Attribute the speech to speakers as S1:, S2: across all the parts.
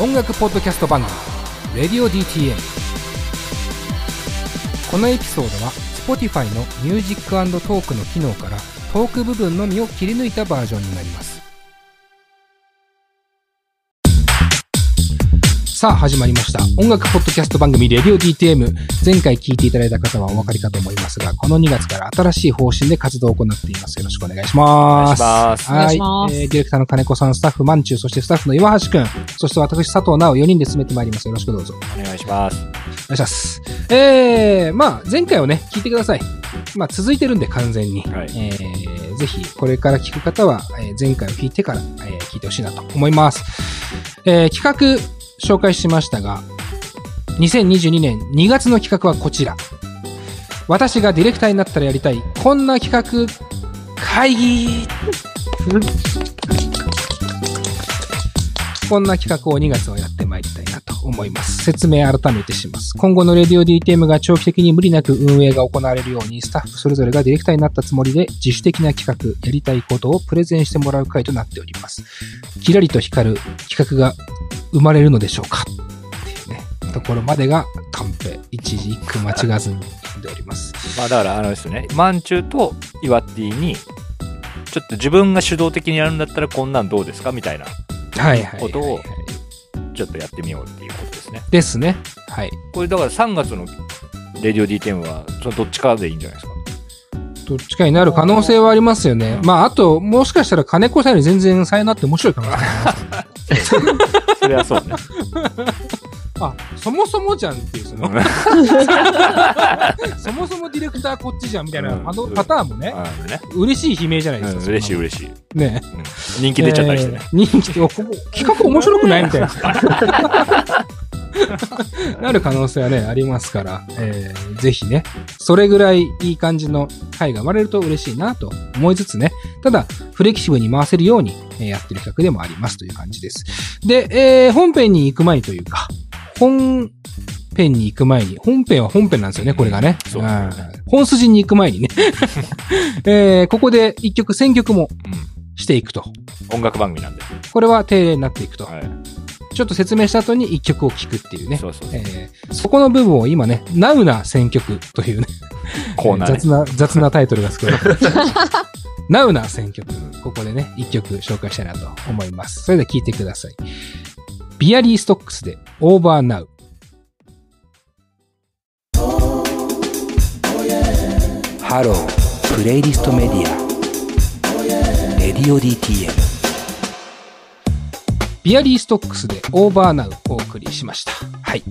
S1: 音楽ポッドキャスト番組「レディオ DTM」このエピソードは Spotify の「ミュージックトーク」の機能からトーク部分のみを切り抜いたバージョンになりますさあ始まりました音楽ポッドキャスト番組「レディオ DTM」前回聞いていただいた方はお分かりかと思いますがこの2月から新しい方針で活動を行っていますよろしくお願いします
S2: ます
S3: お願いし
S1: は
S3: ま
S1: い、
S3: す
S1: えーディレクターの金子さん、スタッフ、まんちゅう、そしてスタッフの岩橋くん、そして私、佐藤直、4人で進めてまいります。よろしくどうぞ。お願
S2: お願いします。
S1: いします。えー、まあ、前回をね、聞いてください。まあ、続いてるんで、完全に。
S2: はい
S1: えー、ぜひ、これから聞く方は、えー前回を聞いてから、えー聞いてほしいなと思います。えー、企画、紹介しましたが、2022年2月の企画はこちら。私がディレクターになったらやりたい、こんな企画、会議こんな企画を2月はやってまいりたいなと思います。説明改めてします。今後のレディオ DTM が長期的に無理なく運営が行われるように、スタッフそれぞれがディレクターになったつもりで、自主的な企画、やりたいことをプレゼンしてもらう回となっております。キラリと光る企画が生まれるのでしょうかっていうね、ところまでがカンペ、一字一句間違わずに読んでおります。
S2: まあだからあのですね、マンチューとイワッティに、ちょっと自分が主導的にやるんだったらこんなんどうですかみたいな、
S1: はいはいはい、
S2: こと
S1: は
S2: を
S1: い。
S2: ちょっとやってみようっていうことですね。
S1: ですね。はい。
S2: これだから3月のレディオ D10 は、そのどっちかでいいんじゃないですか。
S1: どっちかになる可能性はありますよね。まあ、あと、もしかしたら金子さんより全然才能あって面白いかもしれない。
S2: それはそう ね。
S1: あ、そもそもじゃんっていう、その、そもそもディレクターこっちじゃんみたいな、
S2: うん
S1: あのパターンもね、
S2: あのね。
S1: 嬉しい悲鳴じゃないうですか。
S2: ん、
S1: そんなの
S2: 嬉しい。嬉しい。
S1: ね。
S2: うん人気出ちゃったりしてね。
S1: えー人気で、おここ企画面白くないみたいな。なる可能性はね、ありますから、えーぜひね、それぐらいいい感じの回が生まれると嬉しいなと思いつつね、ただ、フレキシブルに回せるように、えーやってる企画でもありますという感じです。で、えー本編に行く前というか、本編に行く前に、本編は本編なんですよね、これがね。
S2: そうですね
S1: ん本筋に行く前にね。 えーここで一曲、選曲もしていくと。
S2: うん。音楽番組なんで。
S1: これは定例になっていくと。
S2: はい。
S1: ちょっと説明した後に一曲を聴くっていうね。
S2: そうそうそう。
S1: えーそこの部分を今ね、ナウな選曲というね、
S2: コーナーね
S1: 雑な、雑なタイトルが作られてます。ナウな選曲、ここでね、一曲紹介したいなと思います。それでは聴いてください。ビアリーストックスでオーバーナウ。
S4: ハロープレイリストメディアレディオ DTM
S1: ビアリーストックスでオーバーナウお送りしました。はい。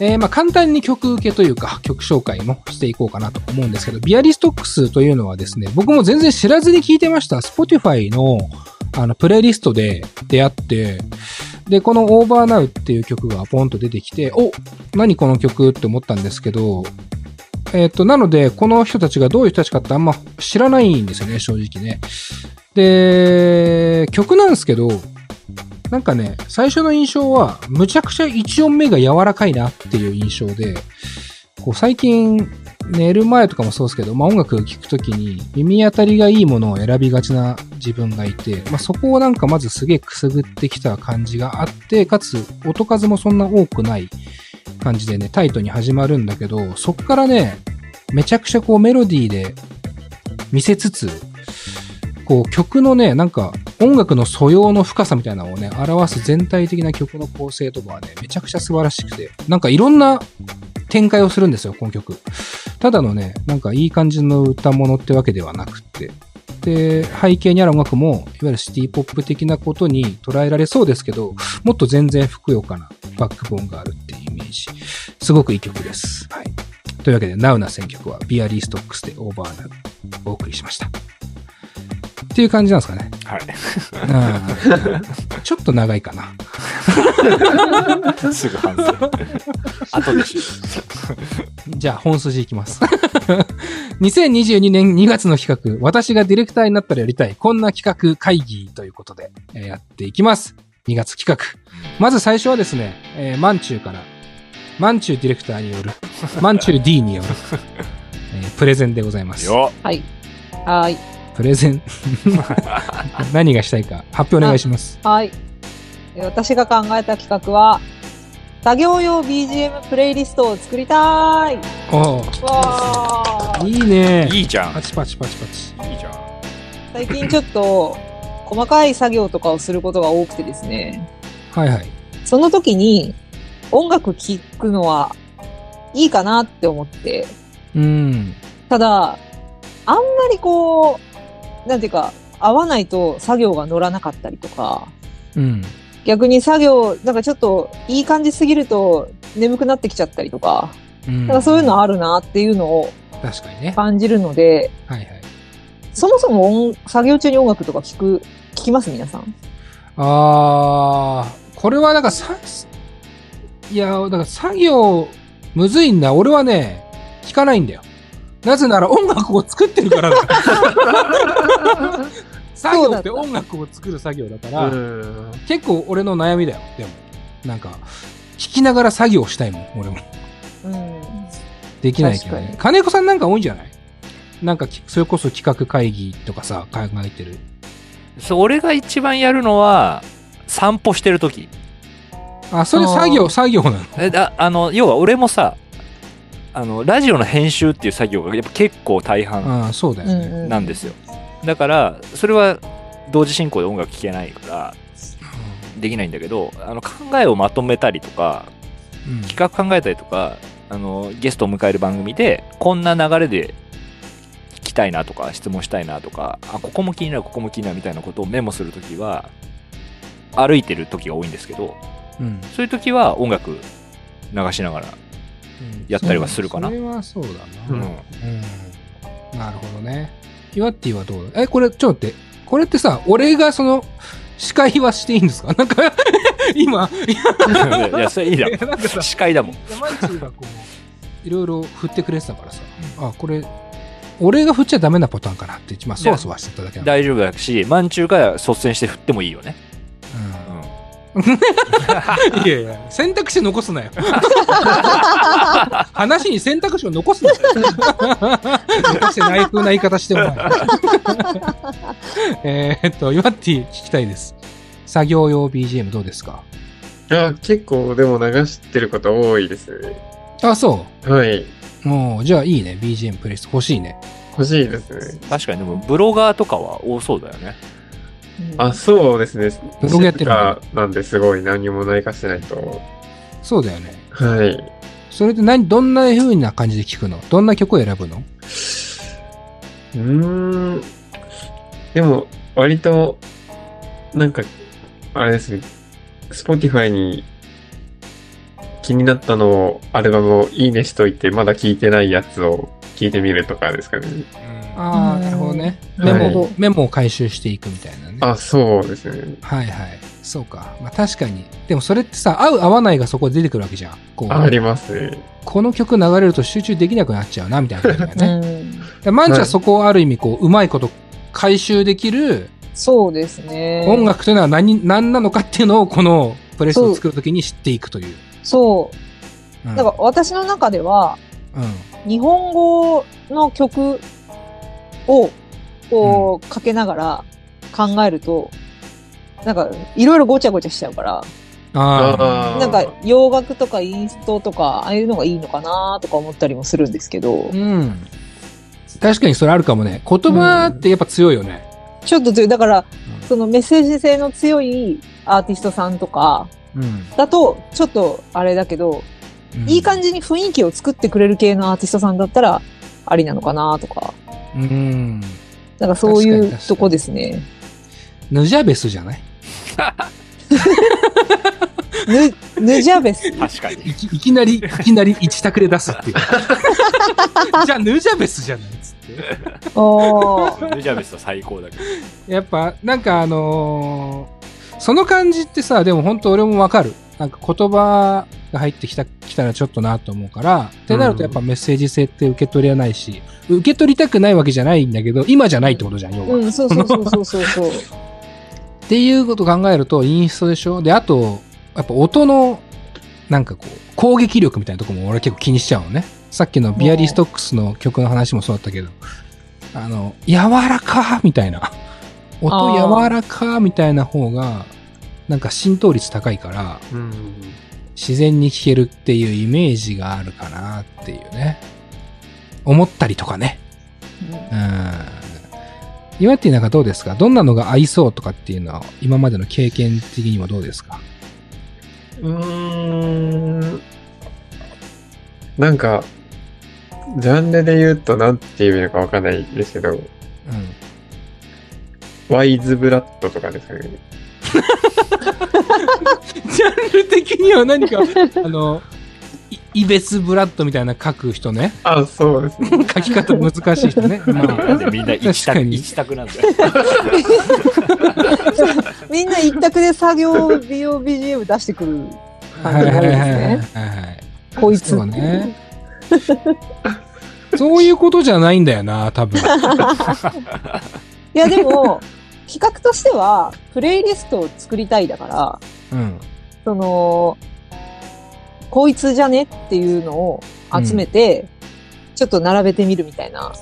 S1: えーまあ簡単に曲受けというか曲紹介もしていこうかなと思うんですけど、ビアリストックスというのはですね、僕も全然知らずに聞いてました。Spotify のあのプレイリストで出会って、で、このオーバーナウっていう曲がポンと出てきて、お何この曲って思ったんですけど、えっ、と、なので、この人たちがどういう人たちかってあんま知らないんですよね、正直ね。で、曲なんですけど、なんかね、最初の印象は、むちゃくちゃ1音目が柔らかいなっていう印象で、こう最近、寝る前とかもそうですけど、まあ、音楽聴くときに耳当たりがいいものを選びがちな自分がいて、まあ、そこをなんかまずすげえくすぐってきた感じがあって、かつ音数もそんな多くない感じでね、タイトに始まるんだけど、そっからね、めちゃくちゃこうメロディーで見せつつ、こう曲のね、なんか音楽の素養の深さみたいなのをね、表す全体的な曲の構成とかはね、めちゃくちゃ素晴らしくて、なんかいろんな展開をするんですよ、この曲。ただのね、なんかいい感じの歌物ってわけではなくって。で、背景にある音楽も、いわゆるシティポップ的なことに捉えられそうですけど、もっと全然ふくよかなバックボーンがあるっていうイメージ。すごくいい曲です。はい。というわけで、ナウな選曲は、ビアリーストックスでオーバーナウお送りしました。っていう感じなんですかね。
S2: はい。
S1: うんちょっと長いかな。
S2: すぐ反省。あとでし
S1: じゃあ本筋いきます。2022年2月の企画、私がディレクターになったらやりたい、こんな企画会議ということで、えーやっていきます。2月企画。まず最初はですね、えーマンチューから、マンチューディレクターによる、マンチュー D による、えープレゼンでございま
S2: ょ。
S1: す。
S2: よ
S3: はい。はーい。
S1: プレゼン。何がしたいか、発表お願いします。
S3: はい。えー私が考えた企画は、作業用 BGM プレイリストを作りたーい
S1: あ
S3: わ
S1: あ、
S3: ー
S1: いいね。
S2: いいじゃん
S1: パチパチパチパチ。
S2: いいじゃん
S3: 最近ちょっと、細かい作業とかをすることが多くてですね。
S1: はいはい。
S3: その時に音楽聴くのはいいかなって思って、
S1: うん。
S3: ただ、あんまりこう、なんていうか、合わないと作業が乗らなかったりとか、
S1: うん。
S3: 逆に作業、なんかちょっといい感じすぎると眠くなってきちゃったりとか、
S1: うん。
S3: なんかそういうのあるなっていうのを
S1: 確かにね。は
S3: 感じるので、
S1: いはい。
S3: そもそも音作業中に音楽とか聞く、聞きます皆さん。
S1: あー、これはなんかさ、いや、だから作業、むずいんだ。俺はね、聞かないんだよ。なぜなら音楽を作ってるから だ。作業って音楽を作る作業だから、
S5: ん。
S1: 結構俺の悩みだよ。でも、なんか、聞きながら作業したいもん、俺も。
S3: うん。
S1: できないけど
S3: 確か
S1: ね。
S3: に
S1: 金子さんなんか多いんじゃないなんかき、それこそ企画会議とかさ、考えてる。
S2: そう俺が一番やるのは散歩してる時
S1: あ、それ
S3: あー
S1: 作業、作業なの。
S2: えだあの要は俺もさあのラジオの編集っていう作業がやっぱ結構大半
S1: あーそうだよ
S3: うん
S1: ね。
S3: うん
S2: なんですよ、だからそれは同時進行で音楽聴けないからできないんだけどあの考えをまとめたりとか
S1: うん
S2: 企画考えたりとかあのゲストを迎える番組でこんな流れで聞きたいなとか質問したいなとかあここも気になるここも気になるみたいなことをメモするときは歩いてる時が多いんですけど
S1: うん。
S2: そういう時は音楽流しながら、やったりはするかな
S1: それはそうだ
S5: う
S1: な。
S5: ん
S1: うん。なるほどね。イワッティはどうだえ、これ、ちょっと待って。これってさ、俺がその、司会はしていいんですか なんか、今、
S2: いやそれいいだ
S1: いやなんかさ
S2: ろ司会だもん
S1: 山内がこう、いろいろ振ってくれてたからさ、あ、これ、俺が振っちゃダメなパターンかなって、まあ、そわそわしてただけなんだ。
S2: 大丈夫だしマンチューが率先して振ってもいいよね、
S1: うん いやいや、選択肢残すなよ。 話に選択肢を残すなよ。 残して内風な言い 方してもらええーっと、岩手聞きたいです。作業用 BGM どうですか
S5: あ結構でも流してること多いですね。
S1: あ、そ
S5: はい。
S1: う。もう、じゃあいいね。BGM プレイス欲しいね。
S5: 欲しいですね。
S2: 確かにでもブロガーとかは多そうだよね
S3: うん
S5: あ、そうですね。
S1: ブログやってるの
S5: 静かなんですごい何もないかしないと。
S1: そうだよね。
S5: はい。
S1: それで何、どんな風な感じで聞くのどんな曲を選ぶの
S5: うーん。でも、割と、なんか、あれですね。Spotify に気になったのを、アルバムをいいねしといて、まだ聞いてないやつを聞いてみるとかですかね。
S1: ああ、なるほどね。
S3: うん
S1: メ
S5: なるほ
S1: モ、
S3: ど
S1: メモを回収していくみたいなね。
S5: あ、そうですね。
S1: はいはい。そうか。まあ確かに。でもそれってさ、合う合わないがそこで出てくるわけじゃん。こ
S5: ああり
S1: う、
S5: ますね。
S1: この曲流れると集中できなくなっちゃうな、みたいな感じだよ
S3: う
S1: ね。
S3: ん。
S1: でマンチ
S5: は
S1: はいそこをある意味こう、うまいこと回収できる
S3: そうですね。
S1: 音楽というのは何、何なのかっていうのをこのプレスを作るときに知っていくという。
S3: そう。
S1: うん。
S3: だから私の中では、
S1: うん。
S3: 日本語の曲をこうかけながら考えると、なんかいろいろごちゃごちゃしちゃうから、
S1: あ
S5: あー
S3: なんか洋楽とかインストとか、ああいうのがいいのかなとか思ったりもするんですけど
S1: あ。、うん。確かにそれあるかもね。言葉ってやっぱ強いよね。
S3: ちょっと強い、だから
S1: うん
S3: そのメッセージ性の強いアーティストさんとか
S1: うん。
S3: だと、ちょっとあれだけど、いい感じに雰囲気を作ってくれる系のアーティストさんだったら、ありなのかなとか、
S1: じ。うん。
S3: なんかそう
S1: 確
S3: い
S1: かに
S3: う
S1: 確かに
S3: とこですね。
S1: ヌジャベスじゃない
S3: ヌ、ヌジャベス。
S2: 確かに
S1: いきいきなり、いきなり一択で出すっていう。じゃあ、ヌジャベスじゃないっつっ
S3: おー。
S2: ルジャベスは最高だけど
S1: て。やっぱ、なんかあのーその感じってさ、でも本当俺もわかる。なんか言葉が入ってきた、きたらちょっとなと思うから、ってなるとやっぱメッセージ性って受け取れないし、受け取りたくないわけじゃないんだけど、今じゃないってことじゃん、要は。
S3: うん、そうそうそうそ うそうそう。
S1: っていうことを考えると、インストでしょで、あと、やっぱ音の、なんかこう、攻撃力みたいなとこも俺結構気にしちゃうのね。さっきのビアリストックスの曲の話もそうだったけど、あの、柔らかみたいな。音
S3: あー
S1: 柔らかみたいな方が、なんか浸透率高いから、
S5: うん。
S1: 自然に聴けるっていうイメージがあるかなっていうね。思ったりとかね。
S3: うん
S1: うん。岩手なんかどうですかどんなのが合いそうとかっていうのは、今までの経験的にはどうですか
S5: うーん。なんか、ジャンルで言うとなんて言うのかわかんないですけど、
S1: うん。
S5: ワイズブラッドとかですかね。
S1: ジャンル的には何 か、あの、イイベスブラッドみたいな書く人 ね。
S5: あ、そうですね。
S1: 書き方難しい人ね。まあ
S2: なんでみんな一
S1: 確か
S2: 択
S1: に
S2: 一択なんだよ。
S3: みんな一択で作業美容 BGM 出してくる
S1: は
S3: 感
S1: い
S3: じ
S1: は
S3: が
S1: い
S3: あるん
S1: はい
S3: です
S1: はい
S3: ね。
S1: はい。
S3: こいつ
S1: そう。ね。そういうことじゃないんだよな、多分。
S3: いやでも、企画としては、プレイリストを作りたいだから、
S1: うん。
S3: その、こいつじゃねっていうのを集めて、ちょっと並べてみるみたいな。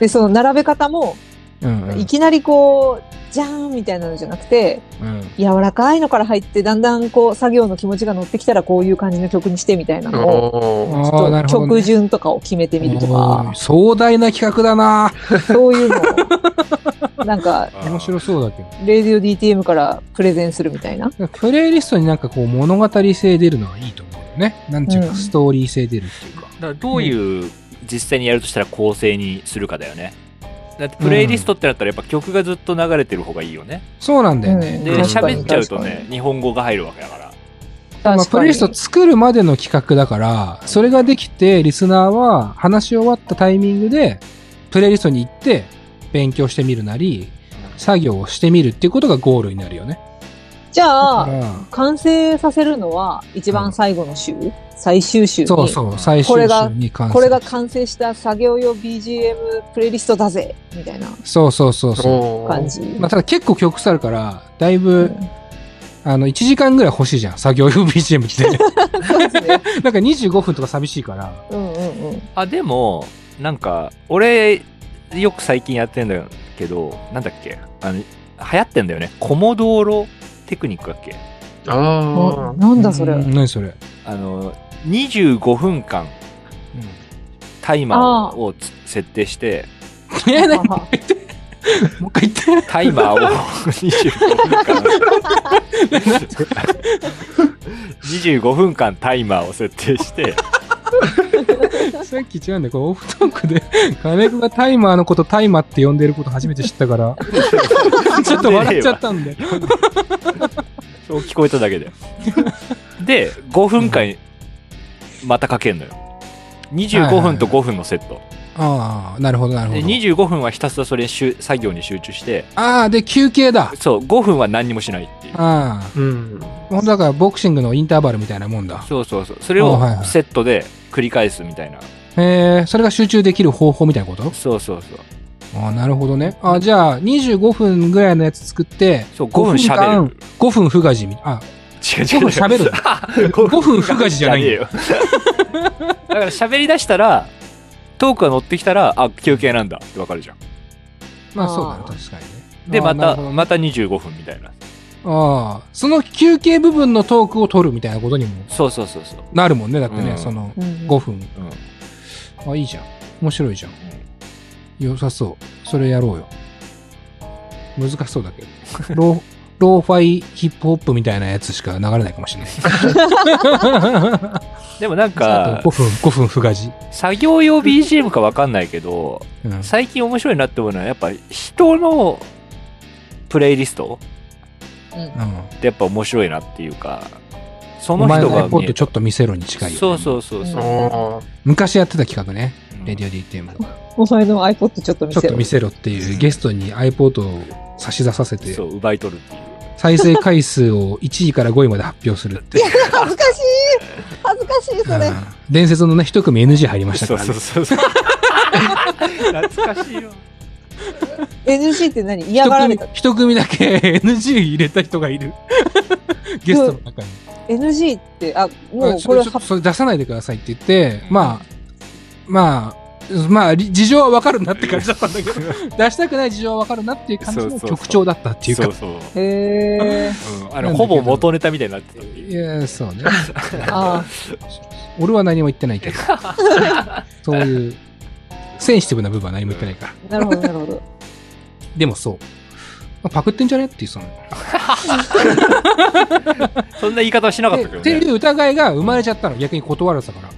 S3: で、その並べ方も、
S1: うん、うん
S3: い。きなりこう、じゃーんみたいなのじゃなくて、
S1: うん
S3: 柔らかいのから入って、だんだんこう、作業の気持ちが乗ってきたら、こういう感じの曲にしてみたいなのを、
S5: おー
S3: ち
S1: ああ、
S3: ょ
S1: な
S3: っ
S1: る
S3: と
S1: ほど、
S3: 曲
S1: ね。
S3: 順とかを決めてみると
S1: おー
S3: か、
S1: 壮大な企画だな。
S3: そういうのを、なんか、
S1: 面白そうだけ
S3: レディオ DTM からプレゼンするみたいな。
S1: ど。プレイリストになんかこう物語性出るのはいいと思うよね。なんていうか、
S3: うん
S1: ストーリー性出るっていうか。
S2: だからどういう実際にやるとしたら構成にするかだよね。だってプレイリストってなったらやっぱ曲がずっと流れてる方がいいよね。
S1: そうなんだよね。
S3: うん
S2: で
S5: うん
S2: 喋っちゃうと
S3: 確か
S2: ね日本語が入るわけだから。
S1: まあ、プレイリスト作るまでの企画だから、それができて、リスナーは話し終わったタイミングで、プレイリストに行って、勉強してみるなり、作業をしてみるっていうことがゴールになるよね。
S3: じゃ
S1: だ
S3: あ
S1: か、ら
S3: 完成させるのは一番最後の週、最終週に
S1: そうそう、最終週に関する。
S3: これが完成した作業用 BGM プレイリストだぜみたいな
S1: そうそうそうそう。
S5: おー
S3: 感じ。
S1: まあ、ただ結構曲数あるから、だいぶ、
S3: うん
S1: あの、1時間ぐらい欲しいじゃん、作業用 BGM って。
S3: そうですね。
S1: なんか25分とか寂しいから。
S3: うんうんうん。
S2: あでもなんか俺よく最近やってんだけどなんだっけあの流行ってんだよねコモドーロテクニックだっけ
S3: あ
S5: あ
S3: なんだそれ。
S1: う
S3: う
S1: ん
S3: ん
S1: 何それ。
S2: あの25分間タイマーをつ設定して
S1: いや、なんかもう一回言っ
S2: タイマーを 25分間25分間タイマーを設定して
S1: て。 さっき違うんだよ。これオフトークで、金子がタイマーのことタイマーって呼んでること初めて知った から、ちょっと笑っちゃったんで。
S2: そう聞こえただけで で5分間またかけんのよ25分と5分のセット
S1: ああ、なるほど、なる
S2: で
S1: ほど。
S2: 25分はひたすらそれに集作業に集中して
S1: ああ、で、休憩だ。
S2: そう5分は何にもしないっていう
S1: あ
S5: ーうん。
S1: あ、本当だからボクシングのインターバルみたいなもんだ。
S2: そうそうそうそれ
S1: あ
S2: を
S1: はいはい
S2: セットで繰り返すみたいな
S1: えー、それが集中できる方法みたいなこと
S2: そうそうそう
S1: ああ、なるほどね。あじゃあ、25分ぐらいのやつ作って、
S2: そう5分しゃべる
S1: 間5分不がじみ、あ、
S2: 違う違
S1: 5分喋る の
S2: 5
S1: 5分不可視じゃないんだ
S2: よ だから喋り出したらトークが乗ってきたらあ休憩なんだってわかるじゃん
S1: まあ
S3: あー
S1: そうだね、確かにね。
S2: で
S1: あー
S2: ま
S1: なる
S2: た
S1: ほどね
S2: また25分みたいな
S1: ああ、その休憩部分のトークを取るみたいなことにも
S2: そうそうそうそう
S1: なるもんね。だってね、
S2: うん
S1: その
S3: うん
S1: 5分。
S2: うん、うん
S1: あ、いいじゃん。面白いじゃん。良さそう。それやろうよ。難しそうだけど。ロー、ローファイヒップホップみたいなやつしか流れないかもし れない。
S2: でもなん
S1: あ
S2: か
S1: と5分、5分不がじ。
S2: 作業用 BGM かわかんないけど
S1: うん。
S2: 最近面白いなって思うのはやっぱ人のプレイリストってやっぱ面白いなっていうかそ
S1: うん、お
S2: の
S1: 前
S2: 人
S1: の
S2: が
S1: iPod
S2: 見
S1: ちょっと見せろに近いよ、ね。
S2: そうそうそうそう、
S5: おー
S1: 昔やってた企画ね。
S2: うん
S1: レディオ DTM の。
S3: お前の iPod ちょっと見
S1: ちょっ
S3: せ
S1: と
S3: ろ
S1: 見。せろっていうゲストに iPod を差し出させて、
S2: そう奪い取るっていう
S1: 再生回数を1位から5位まで発表するっていう。
S3: 恥ずかしい恥ずかしいそれ
S1: う。ん伝説のね、一組 NG 入りました
S2: そ
S1: か
S2: う
S1: ら、
S2: そ
S1: ね
S2: う。そうそう懐かしいよ
S3: NG って何嫌
S1: 一
S3: がられた
S1: 組一組だけ NG 入れた人がい る。ゲストの中に。
S3: ?NG って、あ、も
S1: あ
S3: う
S1: ち
S3: こ
S1: ょ
S3: れ
S1: っと
S3: は
S1: それ出さないでくださいって言って、まあ、まあ、まあ、り事情はわかるなって 感じだったんだけど、出したくない事情はわかるなっていう感じ
S2: そ
S1: の
S2: うそうそう
S1: 曲調だったっていう
S2: そ
S1: か
S2: う、そう、うん
S3: へえ。
S2: あ
S1: なんだけど
S2: のほぼ元ネタみたいになってた
S1: いや、そうね。
S3: あ
S1: 俺は何も言ってないけ ど、そういう、センシティブな部分は何も言ってないから。
S3: あ、なるほど、なるほど。
S1: でもそう。まあパクってんじゃねっていう、その。
S2: そんな言い方はしなかったけ
S1: で
S2: ど
S1: って
S2: ね
S1: いう疑いが生まれちゃったの、逆に断られたから。ち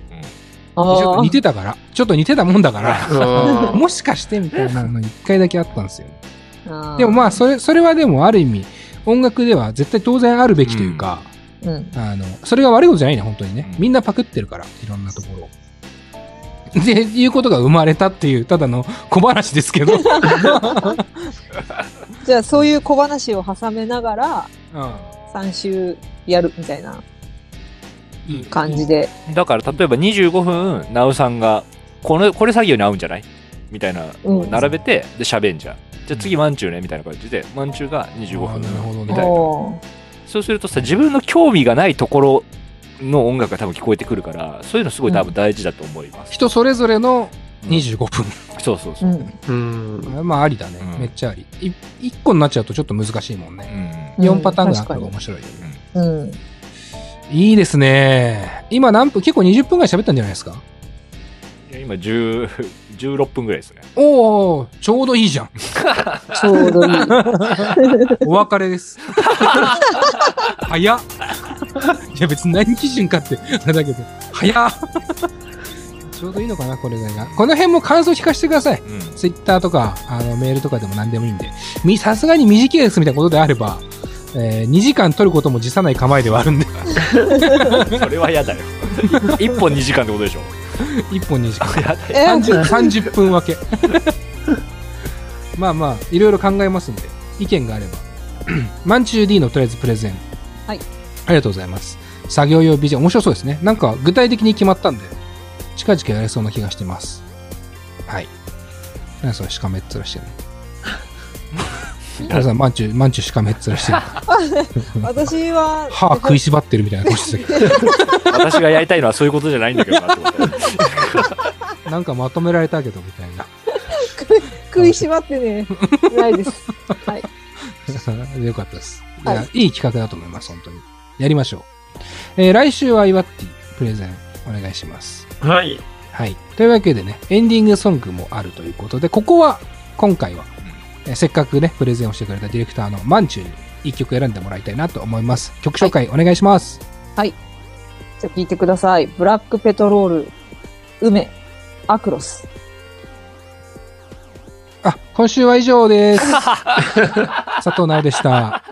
S1: ょっ
S3: あ
S1: と
S3: あ
S1: 似。てたから、ちょっと似てたもんだから、
S5: あ
S1: もしかしてみたいなの一回だけあったんですよ。
S3: あー
S1: でもまあ、それ、それはでもある意味、音楽では絶対当然あるべきというか、
S3: うん。
S1: あの、それが悪いことじゃないね、本当にね。
S2: うん
S1: みんなパクってるから、いろんなところを。で、いうことが生まれたっていう、ただの小話です けど。うん。
S3: じゃあ、そういう小話を挟めながら、3週やるみたいな感じで。
S2: だから例えば25分ナウさんがこのこれ作業に合うんじゃないみたいなのを並べて、で喋んじゃんじゃあ次マンチューねみたいな感じでマンチューが
S1: あ
S2: 25
S1: ーなるほどね
S2: 分みたいな
S3: おー
S2: そうするとさ自分の興味がないところの音楽が多分聞こえてくるからそういうのすごい多分大事だと思います、
S1: 人それぞれの25分。
S2: そうそうそうう、
S3: ん。
S5: うん。
S1: まあ、ありだね、
S2: うん
S1: めっちゃあり。い1個になっちゃうとちょっと難しいもんね。
S2: うん
S3: うん
S1: 4パターンがあった方が
S3: 確か
S1: 面白いよね。
S3: うん。
S1: いいですね。今何分結構20分ぐらい喋ったんじゃないですか
S2: いや今10 16分ぐらいですね
S1: おおちょうどいいじゃん。
S3: ちょうどいい。
S1: お別れです。早っ。いや別に何基準かって、あれだけど、早っ。ちょうどいいのかな、これが。この辺も感想聞かせてください。
S2: うん
S1: ツイッターとか、あの、メールとかでも何でもいいんで。み、さすがに短いですみたいなことであれば、え2時間取ることも辞さない構えではあるんで、
S2: それは嫌だよ 1本2時間ってことでし ょ
S1: 1本2時間。
S2: やだよ
S3: え
S1: 30, 30分分け まあまあいろいろ考えますんで意見があれば マンチュー D のとりあえずプレゼン
S3: はい
S1: ありがとうございます作業用ビジョン面白そうですねなんか具体的に決まったんで近々やれそうな気がしてますはい何それしかめっ面して るの皆さんマンチューマンチューしかめっ面 してる
S3: 私は、
S1: 歯食いしばってるみたいな顔してたけ
S2: 私がやりたいのはそういうことじゃないんだけどなってこと
S1: どなんかまとめられたけどみたいな
S3: 食いしばってね、ないです。はい。
S1: よかったです。い
S3: はい
S1: や、いい企画だと思います、本当に。やりましょう。えー来週はイワッティプレゼンお願いします。
S5: はい。
S1: はい。というわけでね、エンディングソングもあるということで、ここは、今回は、えーせっかくね、プレゼンをしてくれたディレクターのマンチューに一曲選んでもらいたいなと思います。曲紹介お願いします。
S3: じゃあ聞いてください。ブラックペトロール、梅、アクロス。
S1: あ、今週は以上です。佐藤直でした。